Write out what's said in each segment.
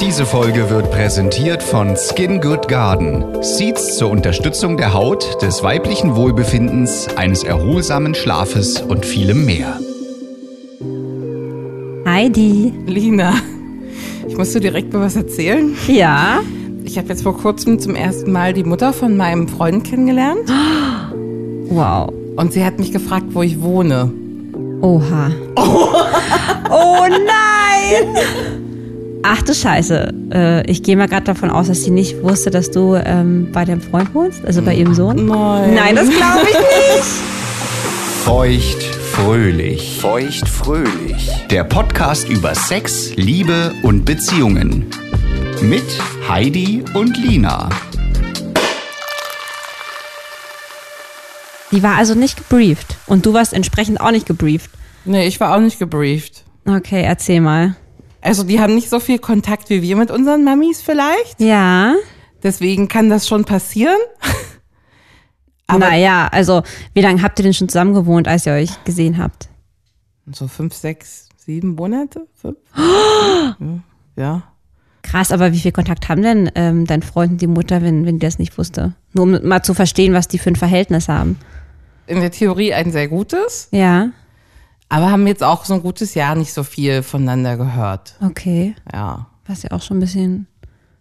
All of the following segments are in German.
Diese Folge wird präsentiert von Skin Good Garden. Seeds zur Unterstützung der Haut, des weiblichen Wohlbefindens, eines erholsamen Schlafes und vielem mehr. Heidi. Lina, ich muss dir direkt mal was erzählen. Ja. Ich habe jetzt vor kurzem zum ersten Mal die Mutter von meinem Freund kennengelernt Wow. und sie hat mich gefragt, wo ich wohne. Oha. Oh nein! Ach du Scheiße. Äh, ich gehe mal gerade davon aus, dass sie nicht wusste, dass du ähm, bei deinem Freund wohnst, also bei ihrem Sohn. Nein. Nein, das glaube ich nicht. Feucht fröhlich. Feucht fröhlich. Der Podcast über Sex, Liebe und Beziehungen. Mit Heidi und Lina. Die war also nicht gebrieft. Und du warst entsprechend auch nicht gebrieft. Nee, ich war auch nicht gebrieft. Okay, erzähl mal. Also die haben nicht so viel Kontakt wie wir mit unseren Mamis vielleicht. Ja. Deswegen kann das schon passieren. Aber- Naja, also wie lange habt ihr denn schon zusammen gewohnt, als ihr euch gesehen habt? So fünf, sechs, sieben Monate? Fünf? Ja. Krass, aber wie viel Kontakt haben denn ähm, dein Freund und die Mutter, wenn, wenn die das nicht wusste? Nur um mal zu verstehen, was die für ein Verhältnis haben. In der Theorie ein sehr gutes, Ja, aber haben jetzt auch so ein gutes Jahr nicht so viel voneinander gehört. okay. Ja. Was ja auch schon ein bisschen.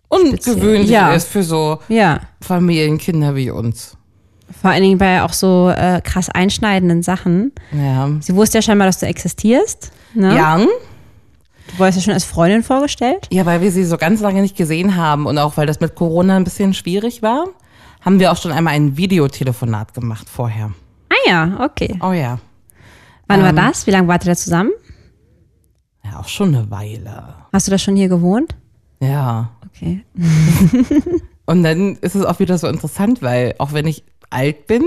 Ungewöhnlich Ja. ist für so Ja. Familienkinder wie uns. Vor allen Dingen bei auch so äh, krass einschneidenden Sachen. Ja. Sie wusste ja scheinbar, dass du existierst. Ne? Ja. Du wurdest ja schon als Freundin vorgestellt. ja, weil wir sie so ganz lange nicht gesehen haben und auch weil das mit Corona ein bisschen schwierig war, haben wir auch schon einmal ein Videotelefonat gemacht vorher. Ah ja, okay. Oh ja. Wann war das? Wie lange wart ihr da zusammen? Ja, auch schon eine Weile. Hast du da schon hier gewohnt? Ja. Okay. Und dann ist es auch wieder so interessant, weil auch wenn ich alt bin,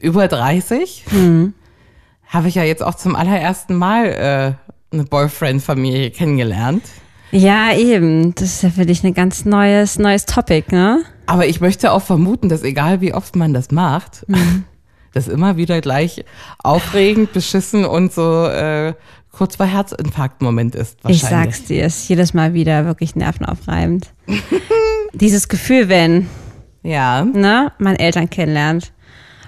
über 30, habe ich ja jetzt auch zum allerersten Mal äh, eine Boyfriend-Familie kennengelernt. Ja, eben. Das ist ja für dich ein ganz neues, neues Topic, ne? Aber ich möchte auch vermuten, dass egal wie oft man das macht, Mhm. das immer wieder gleich aufregend, beschissen und so äh, kurz vor Herzinfarkt-Moment ist Ich wahrscheinlich. sag's dir, ist jedes Mal wieder wirklich nervenaufreibend. Dieses Gefühl, wenn, Ja, ne, man Eltern kennenlernt.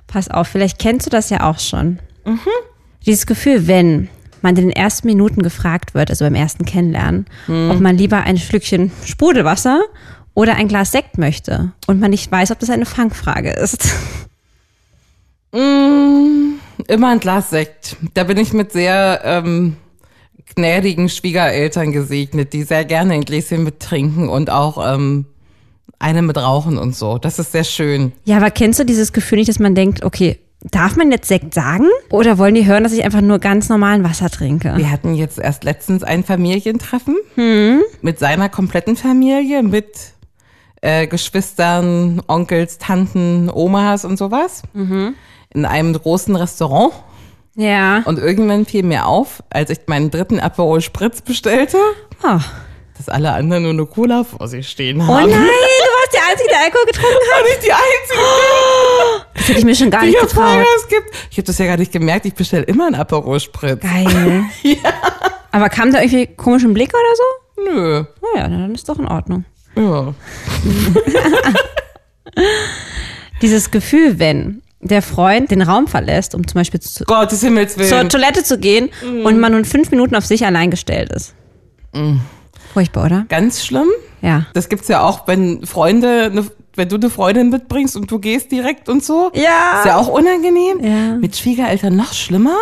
Pass auf, vielleicht kennst du das ja auch schon. Dieses Gefühl, wenn man in den ersten Minuten gefragt wird, also beim ersten Kennenlernen, ob man lieber ein Schlückchen Sprudelwasser oder ein Glas Sekt möchte und man nicht weiß, ob das eine Fangfrage ist. Mm, immer ein Glas Sekt. Da bin ich mit sehr ähm, gnädigen Schwiegereltern gesegnet, die sehr gerne ein Gläschen mit trinken und auch ähm, eine mit rauchen und so. Das ist sehr schön. Ja, aber kennst du dieses Gefühl nicht, dass man denkt, okay, darf man jetzt Sekt sagen? Oder wollen die hören, dass ich einfach nur ganz normalen Wasser trinke? Wir hatten jetzt erst letztens ein Familientreffen Hm. mit seiner kompletten Familie, mit äh, Geschwistern, Onkels, Tanten, Omas und sowas. Mhm. In einem großen Restaurant. Ja. Und irgendwann fiel mir auf, als ich meinen dritten Aperol Spritz bestellte, Oh. dass alle anderen nur eine Cola vor sich stehen Oh nein, haben. du warst der Einzige, der Alkohol getrunken hat. Und ich die Einzige, Das hätte ich mir schon gar die nicht hier vorher getraut. es gibt. Ich habe das ja gar nicht gemerkt. Ich bestelle immer einen Aperol Spritz. Geil. Aber kam da irgendwie komischen Blick oder so? Nö. Naja, dann ist doch in Ordnung. Ja. Dieses Gefühl, wenn der Freund den Raum verlässt, um zum Beispiel zu, Gottes Himmels zur Willen. Toilette zu gehen Mhm. und man nun fünf Minuten auf sich allein gestellt ist. Furchtbar, oder? Ganz schlimm. Ja. Das gibt's ja auch, wenn Freunde, ne, wenn du eine Freundin mitbringst und du gehst direkt und so. Ja. Ist ja auch unangenehm. Ja. Mit Schwiegereltern noch schlimmer.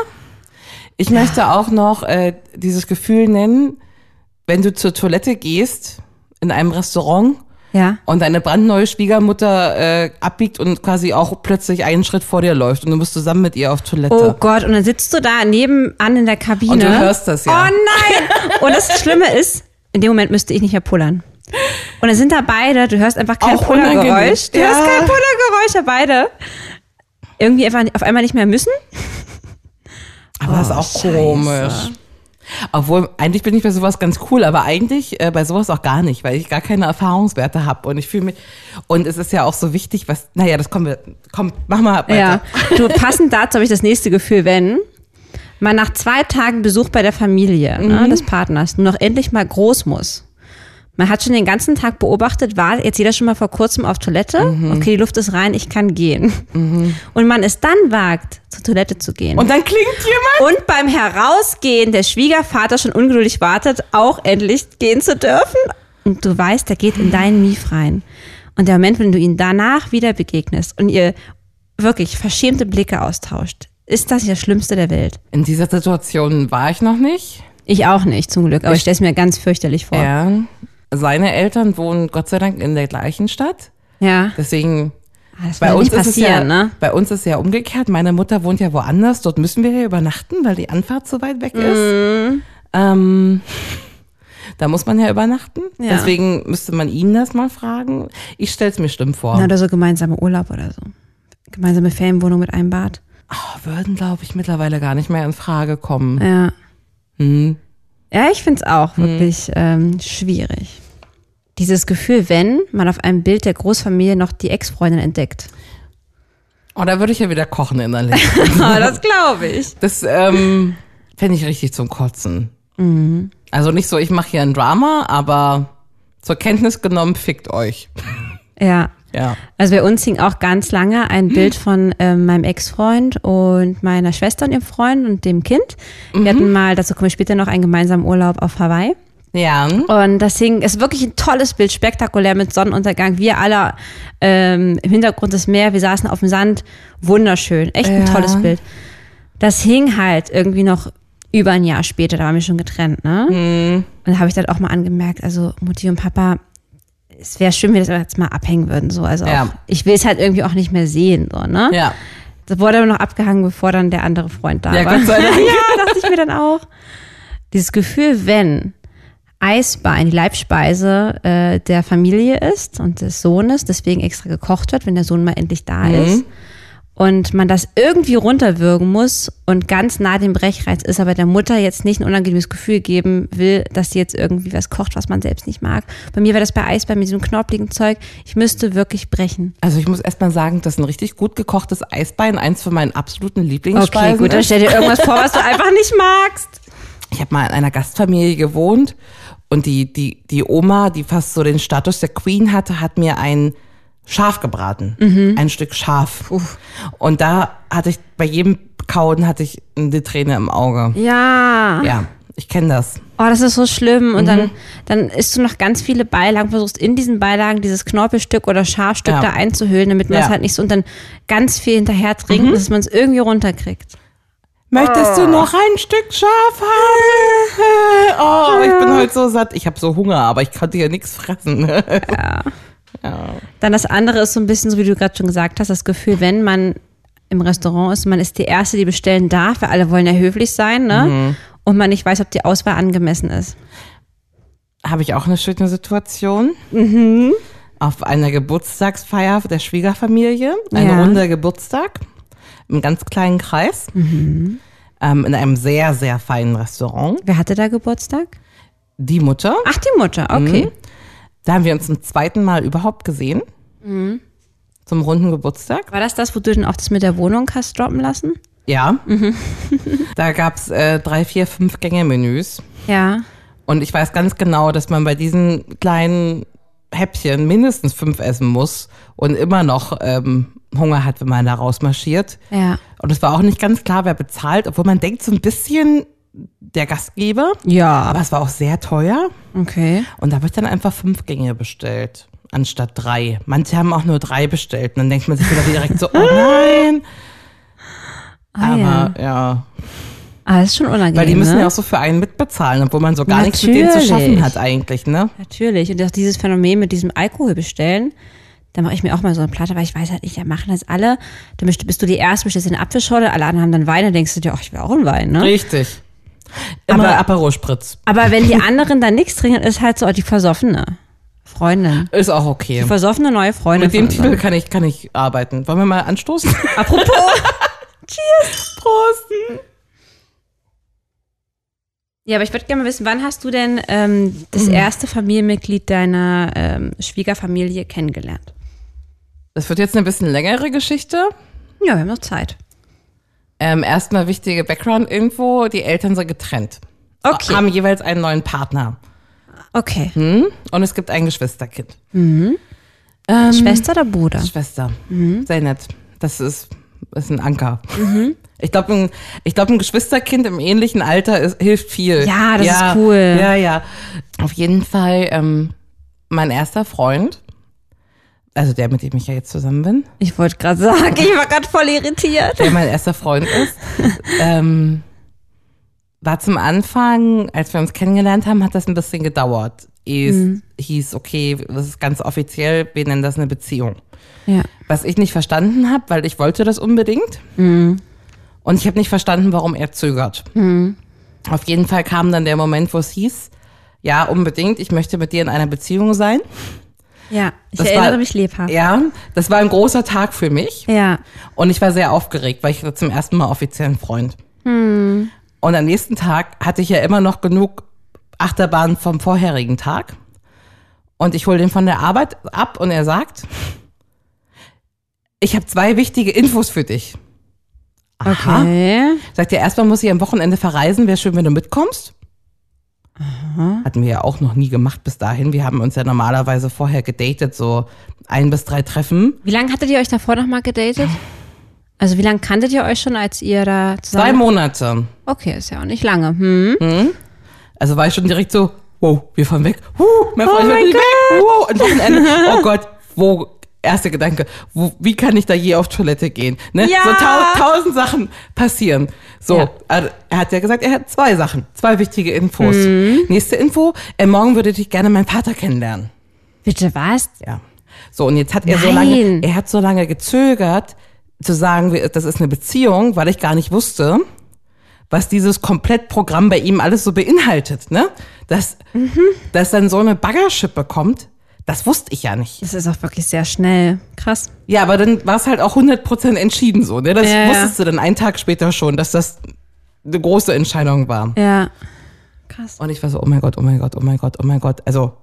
Ich möchte auch noch äh, dieses Gefühl nennen, wenn du zur Toilette gehst in einem Restaurant Ja. und deine brandneue Schwiegermutter äh, abbiegt und quasi auch plötzlich einen Schritt vor dir läuft und du musst zusammen mit ihr auf Oh Toilette. Gott, und dann sitzt du da nebenan in der Kabine. Und du hörst das, ja. Oh nein! Und das Schlimme ist, in dem Moment müsste ich nicht mehr pullern. Und dann sind da beide, du hörst einfach kein Auch Pullergeräusch. unangenehm. Du Ja. hörst kein Pullergeräusch, ja, beide. Irgendwie einfach auf einmal nicht mehr müssen. aber ist oh, auch scheiße. komisch. Obwohl, eigentlich bin ich bei sowas ganz cool, aber eigentlich äh, bei sowas auch gar nicht, weil ich gar keine Erfahrungswerte habe und ich fühle mich. Und es ist ja auch so wichtig, was. Naja, das kommen wir. Komm, mach mal weiter. Ja. Du, passend dazu habe ich das nächste Gefühl, wenn man Mhm. nach zwei Tagen Besuch bei der Familie ne, des Partners nur noch endlich mal groß muss. Man hat schon den ganzen Tag beobachtet, war jetzt jeder schon mal vor kurzem auf Toilette? Mhm. Okay, die Luft ist rein, ich kann gehen. Und man es dann wagt, zur Toilette zu gehen. Und dann klingt jemand. Und beim Herausgehen der Schwiegervater schon ungeduldig wartet, auch endlich gehen zu dürfen. Und du weißt, der geht in deinen Mief rein. Und der Moment, wenn du ihn danach wieder begegnest und ihr wirklich verschämte Blicke austauscht, ist das nicht das Schlimmste der Welt. In dieser Situation war ich noch nicht. Ich auch nicht, zum Glück, aber ich stelle es mir ganz fürchterlich vor. Ja. Seine Eltern wohnen Gott sei Dank in der gleichen Stadt. Ja. Deswegen Ah, Das wird nicht passieren, ist es ja, ne? Bei uns ist ja umgekehrt. Meine Mutter wohnt ja woanders. Dort müssen wir ja übernachten, weil die Anfahrt so weit weg ist. Mhm. Ähm, da muss man ja übernachten. Ja. Deswegen müsste man ihn das mal fragen. Ich stelle es mir schlimm vor. Na, oder so gemeinsame Urlaub oder so. Gemeinsame Ferienwohnung mit einem Bad. Ah, würden, glaube ich, mittlerweile gar nicht mehr in Frage kommen. Ja. Hm. Ja, ich find's auch wirklich ähm, schwierig. Dieses Gefühl, wenn man auf einem Bild der Großfamilie noch die Ex-Freundin entdeckt. Oh, da würde ich ja wieder kochen innerlich. Ah, das glaube ich. Das ähm, fände ich richtig zum Kotzen. Mhm. Also nicht so, ich mache hier ein Drama, aber zur Kenntnis genommen, fickt euch. Ja. Ja. Also bei uns hing auch ganz lange ein Bild von ähm, meinem Ex-Freund und meiner Schwester und ihrem Freund und dem Kind. Wir hatten mal, dazu kommen wir später noch, einen gemeinsamen Urlaub auf Hawaii. Ja. Und das hing, ist wirklich ein tolles Bild, spektakulär mit Sonnenuntergang. Wir alle ähm, im Hintergrund des Meer, wir saßen auf dem Sand, wunderschön, echt ein Ja. tolles Bild. Das hing halt irgendwie noch über ein Jahr später, da waren wir schon getrennt, ne? Mhm. Und da habe ich dann auch mal angemerkt, also Mutti und Papa, es wäre schön, wenn wir das jetzt mal abhängen würden, so. Also Ja. auch, ich will es halt irgendwie auch nicht mehr sehen, so, ne? Ja. Das wurde aber noch abgehangen, bevor dann der andere Freund da Ja, war. Gott sei Dank. ja, dachte ich mir dann auch. Dieses Gefühl, wenn Eisbein die Leibspeise äh, der Familie ist und des Sohnes, deswegen extra gekocht wird, wenn der Sohn mal endlich da ist. Und man das irgendwie runterwürgen muss und ganz nah dem Brechreiz ist, aber der Mutter jetzt nicht ein unangenehmes Gefühl geben will, dass sie jetzt irgendwie was kocht, was man selbst nicht mag. Bei mir war das bei Eisbein mit diesem knorpeligen Zeug. Ich müsste wirklich brechen. Also ich muss erst mal sagen, dass ein richtig gut gekochtes Eisbein eins von meinen absoluten Lieblingsspeisen Okay, gut, dann ist. stell dir irgendwas vor, was du einfach nicht magst. Ich habe mal in einer Gastfamilie gewohnt und die, die, die Oma, die fast so den Status der Queen hatte, hat mir ein Schaf gebraten. Mhm. Ein Stück Schaf. Und da hatte ich, bei jedem Kauen hatte ich eine Träne im Auge. Ja. Ja, ich kenne das. Oh, das ist so schlimm. Und Mhm. dann, dann isst du noch ganz viele Beilagen, versuchst in diesen Beilagen dieses Knorpelstück oder Scharfstück Ja. da einzuhüllen, damit man Ja. Mhm. es halt nicht so und dann ganz viel hinterher trinkt, dass man es irgendwie runterkriegt. Möchtest Ah. du noch ein Stück Schaf haben? Oh, ich bin heute so satt. Ich habe so Hunger, aber ich konnte ja nichts fressen. Dann das andere ist so ein bisschen, so wie du gerade schon gesagt hast, das Gefühl, wenn man im Restaurant ist, man ist die Erste, die bestellen darf, weil alle wollen ja höflich sein, ne? Mhm. Und man nicht weiß, ob die Auswahl angemessen ist. habe ich auch eine schöne Situation. Auf einer Geburtstagsfeier der Schwiegerfamilie, ein Ja. runder Geburtstag, im ganz kleinen Kreis, ähm, in einem sehr, sehr feinen Restaurant. Wer hatte da Geburtstag? Die Mutter, Ach, die Mutter, okay. Mhm. da haben wir uns zum zweiten Mal überhaupt gesehen, zum runden Geburtstag. War das das, wo du dann auch das mit der Wohnung hast droppen lassen? Ja, da gab's äh, drei, vier, fünf Gänge-Menüs. Ja. Und ich weiß ganz genau, dass man bei diesen kleinen Häppchen mindestens fünf essen muss und immer noch ähm, Hunger hat, wenn man da rausmarschiert. Ja. Und es war auch nicht ganz klar, wer bezahlt, obwohl man denkt so ein bisschen der Gastgeber. Ja. Aber es war auch sehr teuer. Okay. Und da habe ich dann einfach fünf Gänge bestellt, anstatt drei. Manche haben auch nur drei bestellt. Und dann denkt man sich wieder direkt so, oh nein. Ah, ja. Aber ja. Ah, das ist schon unangenehm. Weil die müssen ne? ja auch so für einen mitbezahlen, obwohl man so gar nichts mit denen zu Natürlich. schaffen hat eigentlich, ne? Natürlich. Und auch dieses Phänomen mit diesem Alkohol bestellen, da mache ich mir auch mal so eine Platte, weil ich weiß halt nicht, da machen das alle. Dann bist, bist du die Erste, bestellst den Apfelschorle, alle anderen haben dann Wein, dann denkst du dir, ach, ich will auch einen Wein, ne? Richtig. Hm? Immer Aber- Aperol Spritz. Aber wenn die anderen dann nichts trinken, ist halt so, oh, die versoffene Freundin. Ist auch okay. Die versoffene neue Freundin. Mit dem von Titel kann ich, kann ich arbeiten. Wollen wir mal anstoßen? unserem- Apropos. Prost! Ja, aber ich würde gerne mal wissen, wann hast du denn ähm, Hm. das erste Familienmitglied deiner ähm, Schwiegerfamilie kennengelernt? Das wird jetzt eine bisschen längere Geschichte. Ja, wir haben noch Zeit. Ähm, erstmal wichtige Background-Info. Die Eltern sind getrennt. Okay. Haben jeweils einen neuen Partner. Okay. Ah, Hm? Und es gibt ein Geschwisterkind. Schwester oder Bruder? Schwester. Mhm. Sehr nett. Das ist, ist ein Anker. Ich glaube, ein, ich glaub, ein Geschwisterkind im ähnlichen Alter ist, hilft viel. Ja, das ist cool. Ja, ja. Auf jeden Fall ähm, mein erster Freund, also der, mit dem ich ja jetzt zusammen bin, Ich wollte gerade sagen, ich war gerade voll irritiert. der mein erster Freund ist, ähm, war zum Anfang, als wir uns kennengelernt haben, hat das ein bisschen gedauert. Ehe Es Mhm. hieß, okay, das ist ganz offiziell, wir nennen das eine Beziehung. Ja. Was ich nicht verstanden habe, weil ich wollte das unbedingt. Mhm. Und ich habe nicht verstanden, warum er zögert. Auf jeden Fall kam dann der Moment, wo es hieß, ja, unbedingt, ich möchte mit dir in einer Beziehung sein. Ja, ich Das erinnere war- mich lebhaft. Ja, das war ein großer Tag für mich. Ja. Und ich war sehr aufgeregt, weil ich hatte zum ersten Mal offiziellen Freund. Und am nächsten Tag hatte ich ja immer noch genug Achterbahn vom vorherigen Tag. Und ich hole den von der Arbeit ab und er sagt, ich habe zwei wichtige Infos für dich. Aha. Okay. Sagt er, erstmal muss ich am Wochenende verreisen, wäre schön, wenn du mitkommst. Hatten wir ja auch noch nie gemacht bis dahin. Wir haben uns ja normalerweise vorher gedatet, so ein bis drei Treffen. Wie lange hattet ihr euch davor nochmal gedatet? Also wie lange kanntet ihr euch schon, als ihr da Zwei zusammen... Monate. Okay, ist ja auch nicht lange. Hm. Also war ich schon direkt so, wow, wir fahren weg. Huh, mein Oh Freund wird nicht weg. Wow, ein Wochenende. Oh Gott, wo, erster Gedanke, wo, wie kann ich da je auf Toilette gehen? Ne? Ja. So tau- tausend Sachen passieren. So, Ja. er, er hat ja gesagt, er hat zwei Sachen, zwei wichtige Infos. Mhm. Nächste Info, äh, morgen würde ich gerne meinen Vater kennenlernen. Bitte was? Ja. So, und jetzt hat er so Nein. lange, er hat so lange gezögert, zu sagen, wir- das ist eine Beziehung, weil ich gar nicht wusste, was dieses Komplettprogramm bei ihm alles so beinhaltet, ne? Dass, dass dann so eine Baggerschippe kommt, das wusste ich ja nicht. Das ist auch wirklich sehr schnell. Krass. Ja, aber dann war es halt auch 100% entschieden so, ne? Das Ja, ja. wusstest du dann einen Tag später schon, dass das eine große Entscheidung war. Ja. Krass. Und ich war so, oh mein Gott, oh mein Gott, oh mein Gott, oh mein Gott. Also,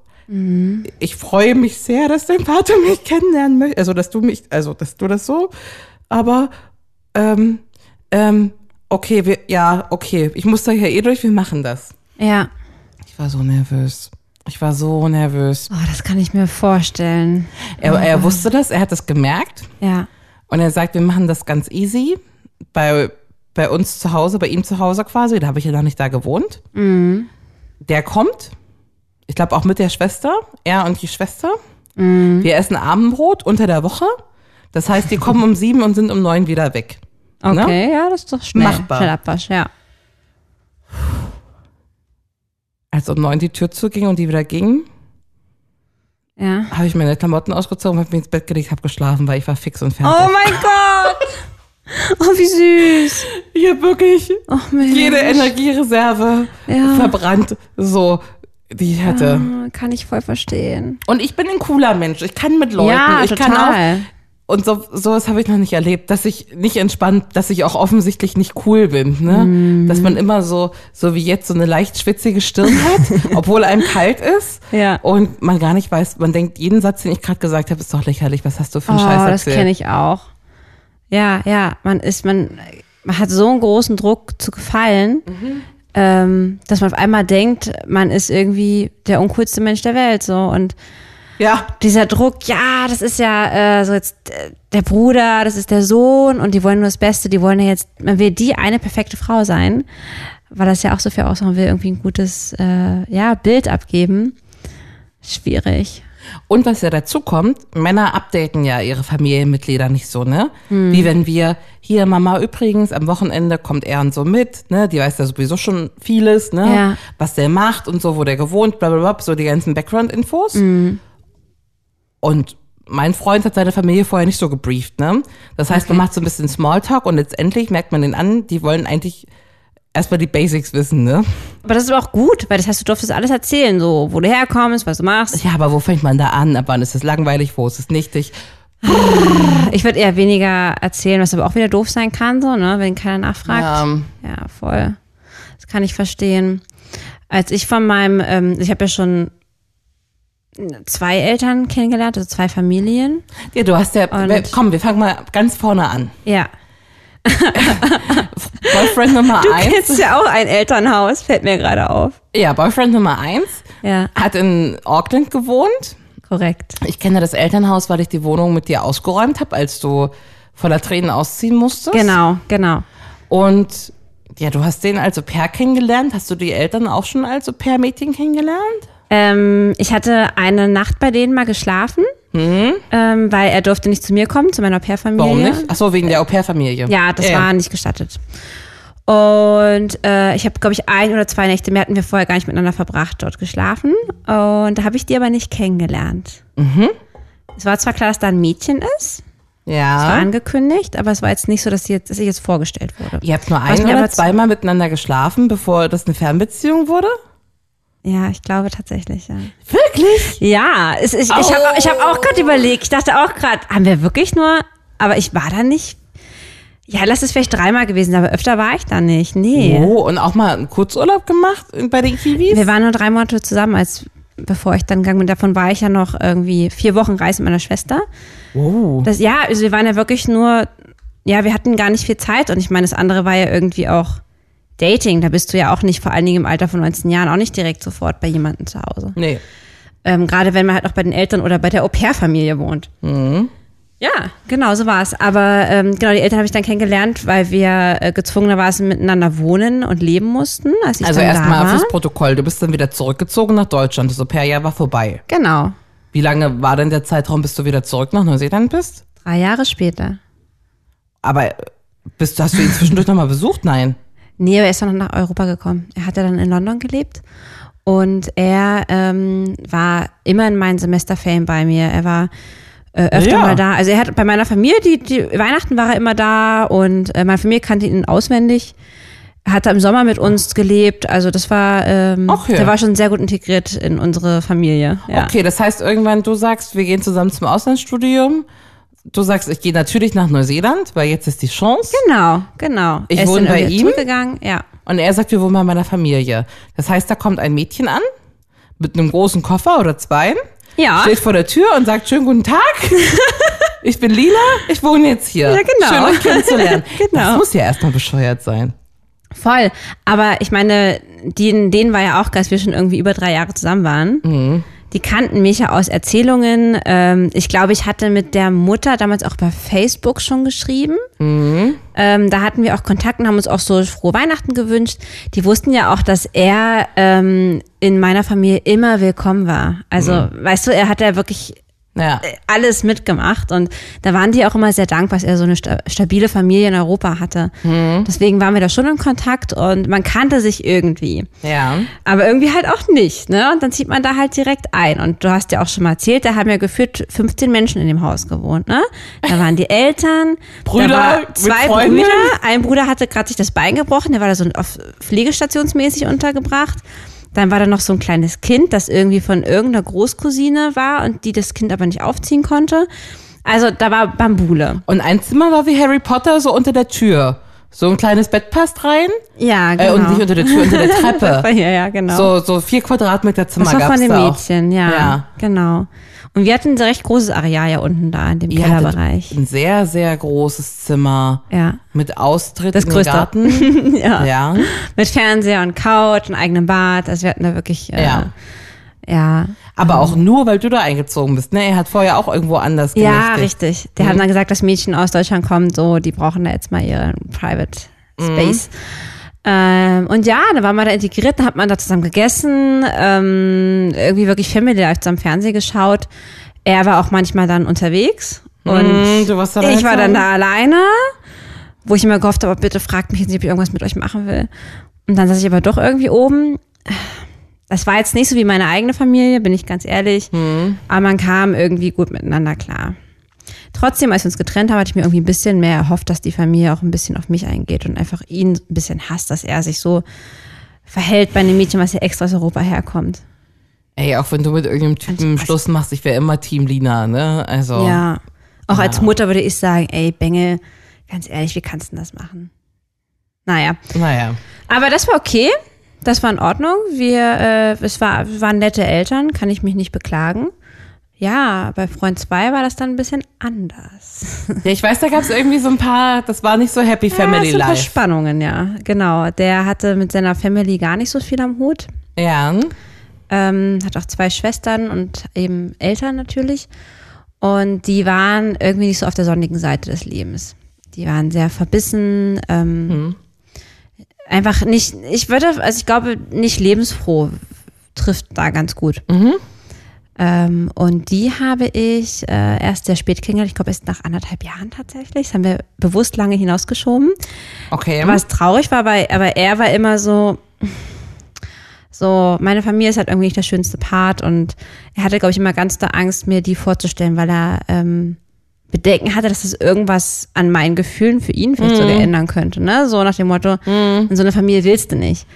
ich freue mich sehr, dass dein Vater mich kennenlernen möchte. Also, dass du mich, also, dass du das so. Aber, ähm, ähm, okay, wir, ja, okay, ich muss da ja eh durch, wir machen das. Ja. Ich war so nervös. Ich war so nervös. Oh, das kann ich mir vorstellen. Er, er wusste das, er hat das gemerkt. Ja. Und er sagt, wir machen das ganz easy. Bei, bei uns zu Hause, bei ihm zu Hause quasi, da habe ich ja noch nicht da gewohnt. Mhm. Der kommt, ich glaube auch mit der Schwester, er und die Schwester. Mhm. Wir essen Abendbrot unter der Woche. Das heißt, die kommen um sieben und sind um neun wieder weg. Ne? Okay, ja, das ist doch schnell. Machbar. Schnell abwasch, ja. Als um neun die Tür zuging und die wieder gingen, Ja. habe ich meine Klamotten ausgezogen, habe mich ins Bett gelegt, habe geschlafen, weil ich war fix und fertig. Oh mein Gott! Oh, wie süß. ich habe wirklich Oh, Mensch. jede Energiereserve Ja. verbrannt, so die ich hatte. Ah, Kann ich voll verstehen. Und ich bin ein cooler Mensch. Ich kann mit Leuten. ja, ich kann auch. total. Und so, sowas habe ich noch nicht erlebt, dass ich nicht entspannt, dass ich auch offensichtlich nicht cool bin. Ne? Mhm. Dass man immer so, so wie jetzt, so eine leicht schwitzige Stirn hat, obwohl einem kalt ist. Ja. Und man gar nicht weiß, man denkt, jeden Satz, den ich gerade gesagt habe, ist doch lächerlich. Was hast du für einen oh, Scheiß das erzählt? kenne ich auch. Ja, ja, man ist, man, man hat so einen großen Druck zu gefallen, Mhm. ähm, dass man auf einmal denkt, man ist irgendwie der uncoolste Mensch der Welt so und Ja. dieser Druck, ja, das ist ja äh, so jetzt äh, der Bruder, das ist der Sohn und die wollen nur das Beste, die wollen ja jetzt, man will die eine perfekte Frau sein, weil das ja auch so viel ausmacht, man will irgendwie ein gutes äh, ja, Bild abgeben. Schwierig. Und was ja dazu kommt, Männer updaten ja ihre Familienmitglieder nicht so, ne? Wie wenn wir, hier Mama übrigens, am Wochenende kommt er und so mit, ne? Die weiß ja sowieso schon vieles, ne? Ja. Was der macht und so, wo der gewohnt, bla bla bla, so die ganzen Background-Infos. Und mein Freund hat seine Familie vorher nicht so gebrieft, ne? Das heißt, man macht so ein bisschen Smalltalk und letztendlich merkt man den an, die wollen eigentlich erstmal die Basics wissen, ne? Aber das ist aber auch gut, weil das heißt, du durftest alles erzählen, so wo du herkommst, was du machst. Ja, aber wo fängt man da an? Ab wann ist es langweilig? Wo ist es nichtig? Ich würde eher weniger erzählen, was aber auch wieder doof sein kann, so, ne, wenn keiner nachfragt. Ja. Ja, voll. Das kann ich verstehen. Als ich von meinem, ähm, ich habe ja schon zwei Eltern kennengelernt, also zwei Familien. Ja, du hast ja. Und- komm, wir fangen mal ganz vorne an. Ja. Boyfriend Nummer eins. Jetzt ist ja auch ein Elternhaus, fällt mir gerade auf. Ja, Boyfriend Nummer eins Ja, hat in Auckland gewohnt. korrekt. Ich kenne das Elternhaus, weil ich die Wohnung mit dir ausgeräumt habe, als du voller Tränen ausziehen musstest. Genau, genau. Und ja, du hast den als Au-pair kennengelernt. Hast du die Eltern auch schon als Au-pair-Mädchen kennengelernt? Ähm, ich hatte eine Nacht bei denen mal geschlafen, ähm, weil er durfte nicht zu mir kommen, zu meiner Au-pair-Familie. Hm? Warum nicht? Ach so, wegen der Au-pair-Familie. Ja, das war nicht gestattet. Und äh, ich habe, glaube ich, ein oder zwei Nächte mehr hatten wir vorher gar nicht miteinander verbracht, dort geschlafen. Und da habe ich die aber nicht kennengelernt. Mhm. Es war zwar klar, dass da ein Mädchen ist, war Ja. angekündigt, aber es war jetzt nicht so, dass, sie jetzt, dass ich jetzt vorgestellt wurde. Ihr habt nur Was ein mir oder aber- zweimal miteinander geschlafen, bevor das eine Fernbeziehung wurde? Ja, ich glaube tatsächlich, ja. Wirklich? Ja, es, ich, ich habe ich hab auch gerade überlegt, ich dachte auch gerade, haben wir wirklich nur, aber ich war da nicht. Ja, lass es vielleicht dreimal gewesen, sein, aber öfter war ich da nicht. Nee. Oh, und auch mal einen Kurzurlaub gemacht bei den Kiwis? Wir waren nur drei Monate zusammen, als bevor ich dann gegangen bin. Davon war ich ja noch irgendwie vier Wochen Reise mit meiner Schwester. oh. Das, ja, also wir waren ja wirklich nur, ja, wir hatten gar nicht viel Zeit. Und ich meine, das andere war ja irgendwie auch Dating. Da bist du ja auch nicht, vor allen Dingen im Alter von 19 Jahren, auch nicht direkt sofort bei jemandem zu Hause. Nee. Ähm, gerade wenn man halt auch bei den Eltern oder bei der Au-pair-Familie wohnt. Mhm. Ja, genau, so war es. Aber ähm, genau, die Eltern habe ich dann kennengelernt, weil wir äh, gezwungenermaßen miteinander wohnen und leben mussten. Als ich Also dann da erstmal war. fürs Protokoll. Du bist dann wieder zurückgezogen nach Deutschland. Das Au-pair-Jahr war vorbei. Genau, Wie lange war denn der Zeitraum, bis du wieder zurück nach Neuseeland bist? drei Jahre später. Aber bist, hast du ihn zwischendurch nochmal besucht? Nein. Nee, aber er ist dann noch nach Europa gekommen. Er hat ja dann in London gelebt und er ähm, war immer in meinen Semesterferien bei mir. Er war äh, öfter Ja. mal da. Also er hat bei meiner Familie, die, die Weihnachten war er immer da und äh, meine Familie kannte ihn auswendig. Er hat da im Sommer mit uns gelebt. Also das war, ähm, Ach ja. der war schon sehr gut integriert in unsere Familie. Ja. Okay, das heißt, irgendwann du sagst, wir gehen zusammen zum Auslandsstudium. Du sagst, ich gehe natürlich nach Neuseeland, weil jetzt ist die Chance. Genau, genau. Ich er ist wohne dann bei irgendwie ihm? zurückgegangen, ja. Und er sagt, wir wohnen bei meiner Familie. Das heißt, da kommt ein Mädchen an mit einem großen Koffer oder zweien, Ja. steht vor der Tür und sagt, schönen guten Tag. Ich bin Lina, ich wohne jetzt hier. Ja, genau. Schön, euch kennenzulernen. Genau. Das muss ja erstmal bescheuert sein. Voll. Aber ich meine, denen, denen war ja auch, klar, dass wir schon irgendwie über drei Jahre zusammen waren. Die kannten mich ja aus Erzählungen. Ähm, ich glaube, ich hatte mit der Mutter damals auch bei Facebook schon geschrieben. Ähm, da hatten wir auch Kontakt und haben uns auch so frohe Weihnachten gewünscht. Die wussten ja auch, dass er ähm, in meiner Familie immer willkommen war. Also, weißt du, er hat ja wirklich Ja. Äh. alles mitgemacht und da waren die auch immer sehr dankbar, dass er so eine sta stabile Familie in Europa hatte. Deswegen waren wir da schon in Kontakt und man kannte sich irgendwie, Ja. aber irgendwie halt auch nicht. Ne? Und dann zieht man da halt direkt ein und du hast ja auch schon mal erzählt, da haben ja geführt 15 Menschen in dem Haus gewohnt. Ne? Da waren die Eltern, Brüder da war mit zwei Freunden. Brüder, ein Bruder hatte gerade sich das Bein gebrochen, der war da so auf pflegestationsmäßig untergebracht. Dann war da noch so ein kleines Kind, das irgendwie von irgendeiner Großcousine war und die das Kind aber nicht aufziehen konnte. Also da war Bambule. Und ein Zimmer war wie Harry Potter, so unter der Tür. So ein kleines Bett passt rein. Ja, Äh, genau. und nicht unter der Tür, unter der ja, Treppe. ja, genau. So, so vier Quadratmeter Zimmer das war gab's von dem da auch. Mädchen, ja, Ja. Genau. Und wir hatten ein recht großes Areal ja unten da in dem Ihr hattet Kellerbereich. Ein sehr, sehr großes Zimmer. Ja. Mit Austritt Das in den größte. Garten. ja. Ja. Mit Fernseher und Couch und eigenem Bad. Also wir hatten da wirklich, äh, Ja. ja. Aber auch nur, weil du da eingezogen bist. Ne? Er hat vorher auch irgendwo anders Ja, genächtigt. richtig. Die Mhm. haben dann gesagt, dass Mädchen aus Deutschland kommen, so, die brauchen da jetzt mal ihren Private Mhm. Space. Ähm, und ja, da waren wir da integriert, da hat man da zusammen gegessen, ähm, irgendwie wirklich Family Life zusammen Fernsehen geschaut. Er war auch manchmal dann unterwegs und Hm, Du warst da ich war dann allein. da alleine, wo ich immer gehofft habe, bitte fragt mich jetzt nicht, ob ich irgendwas mit euch machen will. Und dann saß ich aber doch irgendwie oben. Das war jetzt nicht so wie meine eigene Familie, bin ich ganz ehrlich. Aber man kam irgendwie gut miteinander klar. Trotzdem, als wir uns getrennt haben, hatte ich mir irgendwie ein bisschen mehr erhofft, dass die Familie auch ein bisschen auf mich eingeht und einfach ihn ein bisschen hasst, dass er sich so verhält bei einem Mädchen, was ja extra aus Europa herkommt. Ey, auch wenn du mit irgendeinem Typen Schluss machst, ich wäre immer Team Lina, ne? Also. Ja. Auch als Mutter würde ich sagen, ey, Bengel, ganz ehrlich, wie kannst du denn das machen? Naja. Naja. Aber das war okay. Das war in Ordnung. Wir, äh, es war, wir waren nette Eltern, kann ich mich nicht beklagen. Ja, bei Freund 2 war das dann ein bisschen anders. Ja, ich weiß, da gab es irgendwie so ein paar, das war nicht so Happy Family ja, so ein paar Life. Spannungen, ja. Genau. Der hatte mit seiner Family gar nicht so viel am Hut. Ja. Ähm, ähm, hat auch zwei Schwestern und eben Eltern natürlich. Und die waren irgendwie nicht so auf der sonnigen Seite des Lebens. Die waren sehr verbissen, ähm, einfach nicht, ich würde, also ich glaube, nicht lebensfroh trifft da ganz gut. Ähm, und die habe ich äh, erst sehr spät kennengelernt, ich glaube erst nach anderthalb Jahren tatsächlich. Das haben wir bewusst lange hinausgeschoben. Okay. Was traurig war, weil, aber er war immer so, so, meine Familie ist halt irgendwie nicht der schönste Part und er hatte, glaube ich, immer ganz da Angst, mir die vorzustellen, weil er ähm, Bedenken hatte, dass das irgendwas an meinen Gefühlen für ihn vielleicht sogar ändern könnte. Ne? So nach dem Motto, in so eine Familie willst du nicht.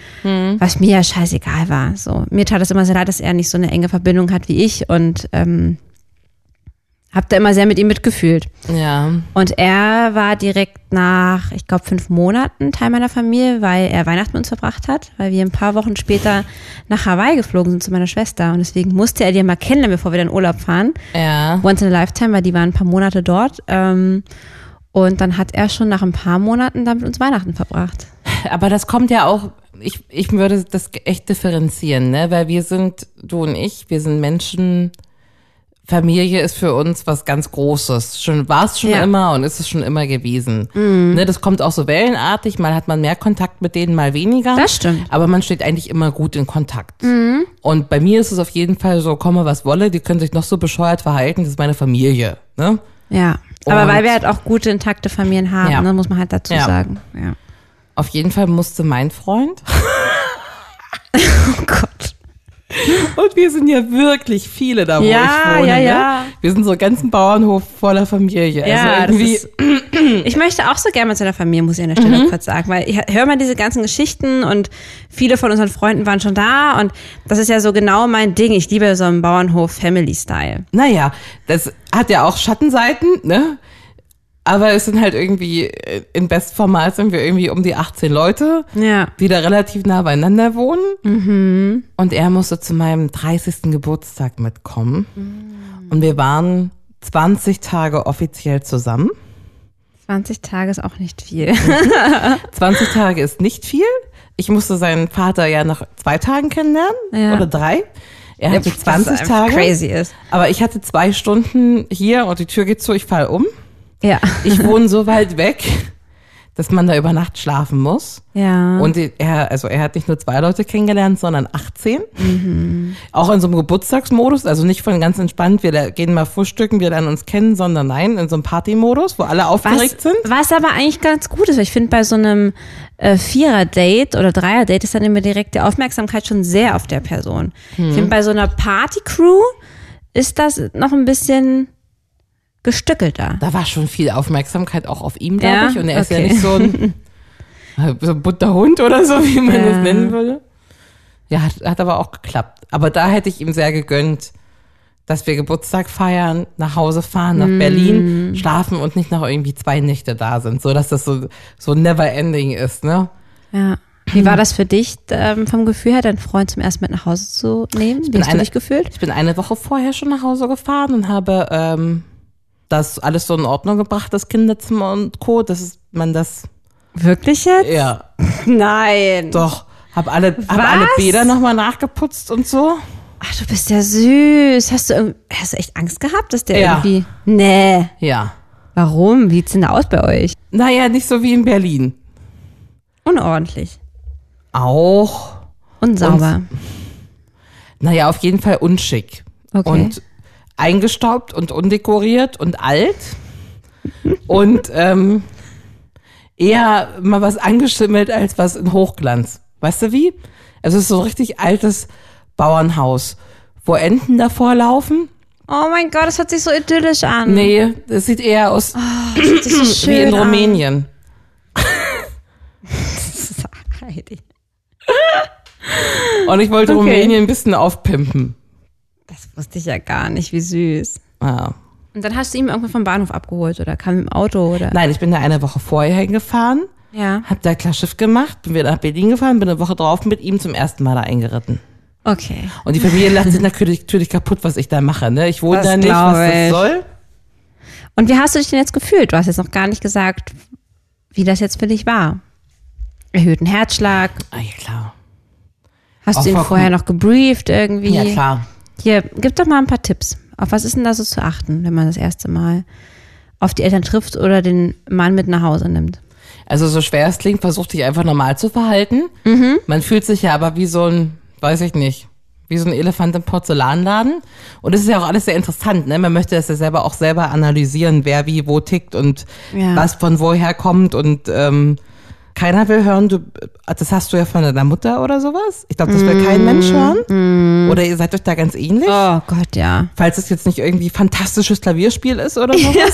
Was mir ja scheißegal war. So, mir tat es immer sehr leid, dass er nicht so eine enge Verbindung hat wie ich und ähm, hab da immer sehr mit ihm mitgefühlt. Ja. Und er war direkt nach, ich glaube, fünf Monaten Teil meiner Familie, weil er Weihnachten mit uns verbracht hat, weil wir ein paar Wochen später nach Hawaii geflogen sind zu meiner Schwester. Und deswegen musste er die mal kennenlernen, bevor wir dann in Urlaub fahren. Ja. Once in a Lifetime, weil die waren ein paar Monate dort. Ähm, und dann hat er schon nach ein paar Monaten dann mit uns Weihnachten verbracht. Aber das kommt ja auch, ich, ich würde das echt differenzieren, ne? Weil wir sind, du und ich, wir sind Menschen, Familie ist für uns was ganz Großes. Schon war es schon Ja. Mhm. immer und ist es schon immer gewesen. Ne, das kommt auch so wellenartig, mal hat man mehr Kontakt mit denen, mal weniger. Das stimmt. Mhm. Aber man steht eigentlich immer gut in Kontakt. Und bei mir ist es auf jeden Fall so, komme was wolle, die können sich noch so bescheuert verhalten, das ist meine Familie. Ne? Ja. Aber Und- weil wir halt auch gute, intakte Familien haben, Ja. ne, muss man halt dazu Ja. sagen. Ja. Auf jeden Fall musste mein Freund Oh Gott. Und wir sind ja wirklich viele da, wo Ja, ich wohne. ja, ne? ja. Wir sind so ein ganzen Bauernhof voller Familie. Ja, also irgendwie, das ist, ich möchte auch so gerne mit seiner Familie, muss ich an der Stelle kurz sagen, weil ich höre mal diese ganzen Geschichten und viele von unseren Freunden waren schon da und das ist ja so genau mein Ding. Ich liebe so einen Bauernhof Family Style. naja, das hat ja auch Schattenseiten, ne? Aber es sind halt irgendwie, äh, in Bestformat sind wir irgendwie um die 18 Leute, Ja. die da relativ nah beieinander wohnen. Mhm. Und er musste zu meinem 30. Geburtstag mitkommen. Mhm. Und wir waren 20 Tage offiziell zusammen. 20 Tage ist auch nicht viel. 20 Tage ist nicht viel. Ich musste seinen Vater ja nach zwei Tagen kennenlernen Ja. oder drei. Er hatte Was 20 einfach Tage. Crazy ist. Aber ich hatte zwei Stunden hier und die Tür geht zu, ich fall um. Ja. Ich wohne so weit weg, dass man da über Nacht schlafen muss. Ja. Und die- er, also er hat nicht nur zwei Leute kennengelernt, sondern 18. Mhm. Auch in so einem Geburtstagsmodus, also nicht von ganz entspannt, wir le- gehen mal frühstücken, wir lernen uns kennen, sondern nein, in so einem Partymodus, wo alle was, aufgeregt sind. was aber eigentlich ganz gut ist, weil ich finde, bei so einem äh, Vierer-Date oder Dreier-Date ist dann immer direkt die Aufmerksamkeit schon sehr auf der Person. Ich finde, bei so einer Party-Crew ist das noch ein bisschen gestückelter. da war schon viel Aufmerksamkeit auch auf ihm, glaube Ja? ich. Und er ist ja Okay. nicht so ein, so ein bunter Hund oder so, wie man Ja. das nennen würde. Ja, hat, hat aber auch geklappt. Aber da hätte ich ihm sehr gegönnt, dass wir Geburtstag feiern, nach Hause fahren, nach Mm. Berlin, schlafen und nicht noch irgendwie zwei Nächte da sind. So, dass das so, so never ending ist, ne? Ja. Wie war das für dich ähm, vom Gefühl her, deinen Freund zum ersten Mal mit nach Hause zu nehmen? Wie bin hast du eine- dich gefühlt? Ich bin eine Woche vorher schon nach Hause gefahren und habe ähm, das alles so in Ordnung gebracht, das Kinderzimmer und Co., dass man das, Wirklich jetzt? ja, Äh, Nein. Doch, hab alle, hab Was? alle Bäder nochmal nachgeputzt und so. Ach, du bist ja süß. Hast du, irgend- hast du echt Angst gehabt, dass der Ja. irgendwie... Nee. Ja. Warum? Wie sieht's denn da aus bei euch? Naja, nicht so wie in Berlin. Unordentlich. Auch. Unsauber. Naja, auf jeden Fall unschick. Okay. Und eingestaubt und undekoriert und alt. und ähm, eher mal was angeschimmelt als was in Hochglanz. Weißt du wie? Also es ist so ein richtig altes Bauernhaus, wo Enten davor laufen. Oh mein Gott, das hört sich so idyllisch an. Nee, das sieht eher aus Das ist so Mhm. Ah, schön Ah. wie in an. Rumänien. Heidi, Und ich wollte Okay. Rumänien ein bisschen aufpimpen. Das wusste ich ja gar nicht, wie süß. Ja. Und dann hast du ihn irgendwann vom Bahnhof abgeholt oder kam im Auto oder? Nein, ich bin da eine Woche vorher hingefahren, Ja. hab da klar Schiff gemacht, bin wieder nach Berlin gefahren, bin eine Woche drauf mit ihm zum ersten Mal da eingeritten. Okay. Und die Familie lacht sich natürlich, natürlich kaputt, was ich da mache. Ne? Ich wohne Das da nicht, was glaub ich. das soll. Und wie hast du dich denn jetzt gefühlt? Du hast jetzt noch gar nicht gesagt, wie das jetzt für dich war. Erhöhten Herzschlag. Ah ja, klar. Hast Auch du ihn voll vorher cool. noch gebrieft irgendwie? Ja, klar. Hier, gib doch mal ein paar Tipps. Auf was ist denn da so zu achten, wenn man das erste Mal auf die Eltern trifft oder den Mann mit nach Hause nimmt? Also so schwer es klingt, versuch dich einfach normal zu verhalten. Man fühlt sich ja aber wie so ein, weiß ich nicht, wie so ein Elefant im Porzellanladen. Und es ist ja auch alles sehr interessant, ne? Man möchte das ja selber auch selber analysieren, wer wie wo tickt und Ja. was von woher kommt und ähm, keiner will hören, du, das hast du ja von deiner Mutter oder sowas. Ich glaube, das will kein Mensch hören. Oder ihr seid euch da ganz ähnlich. Oh Gott, ja. Falls es jetzt nicht irgendwie fantastisches Klavierspiel ist oder sowas.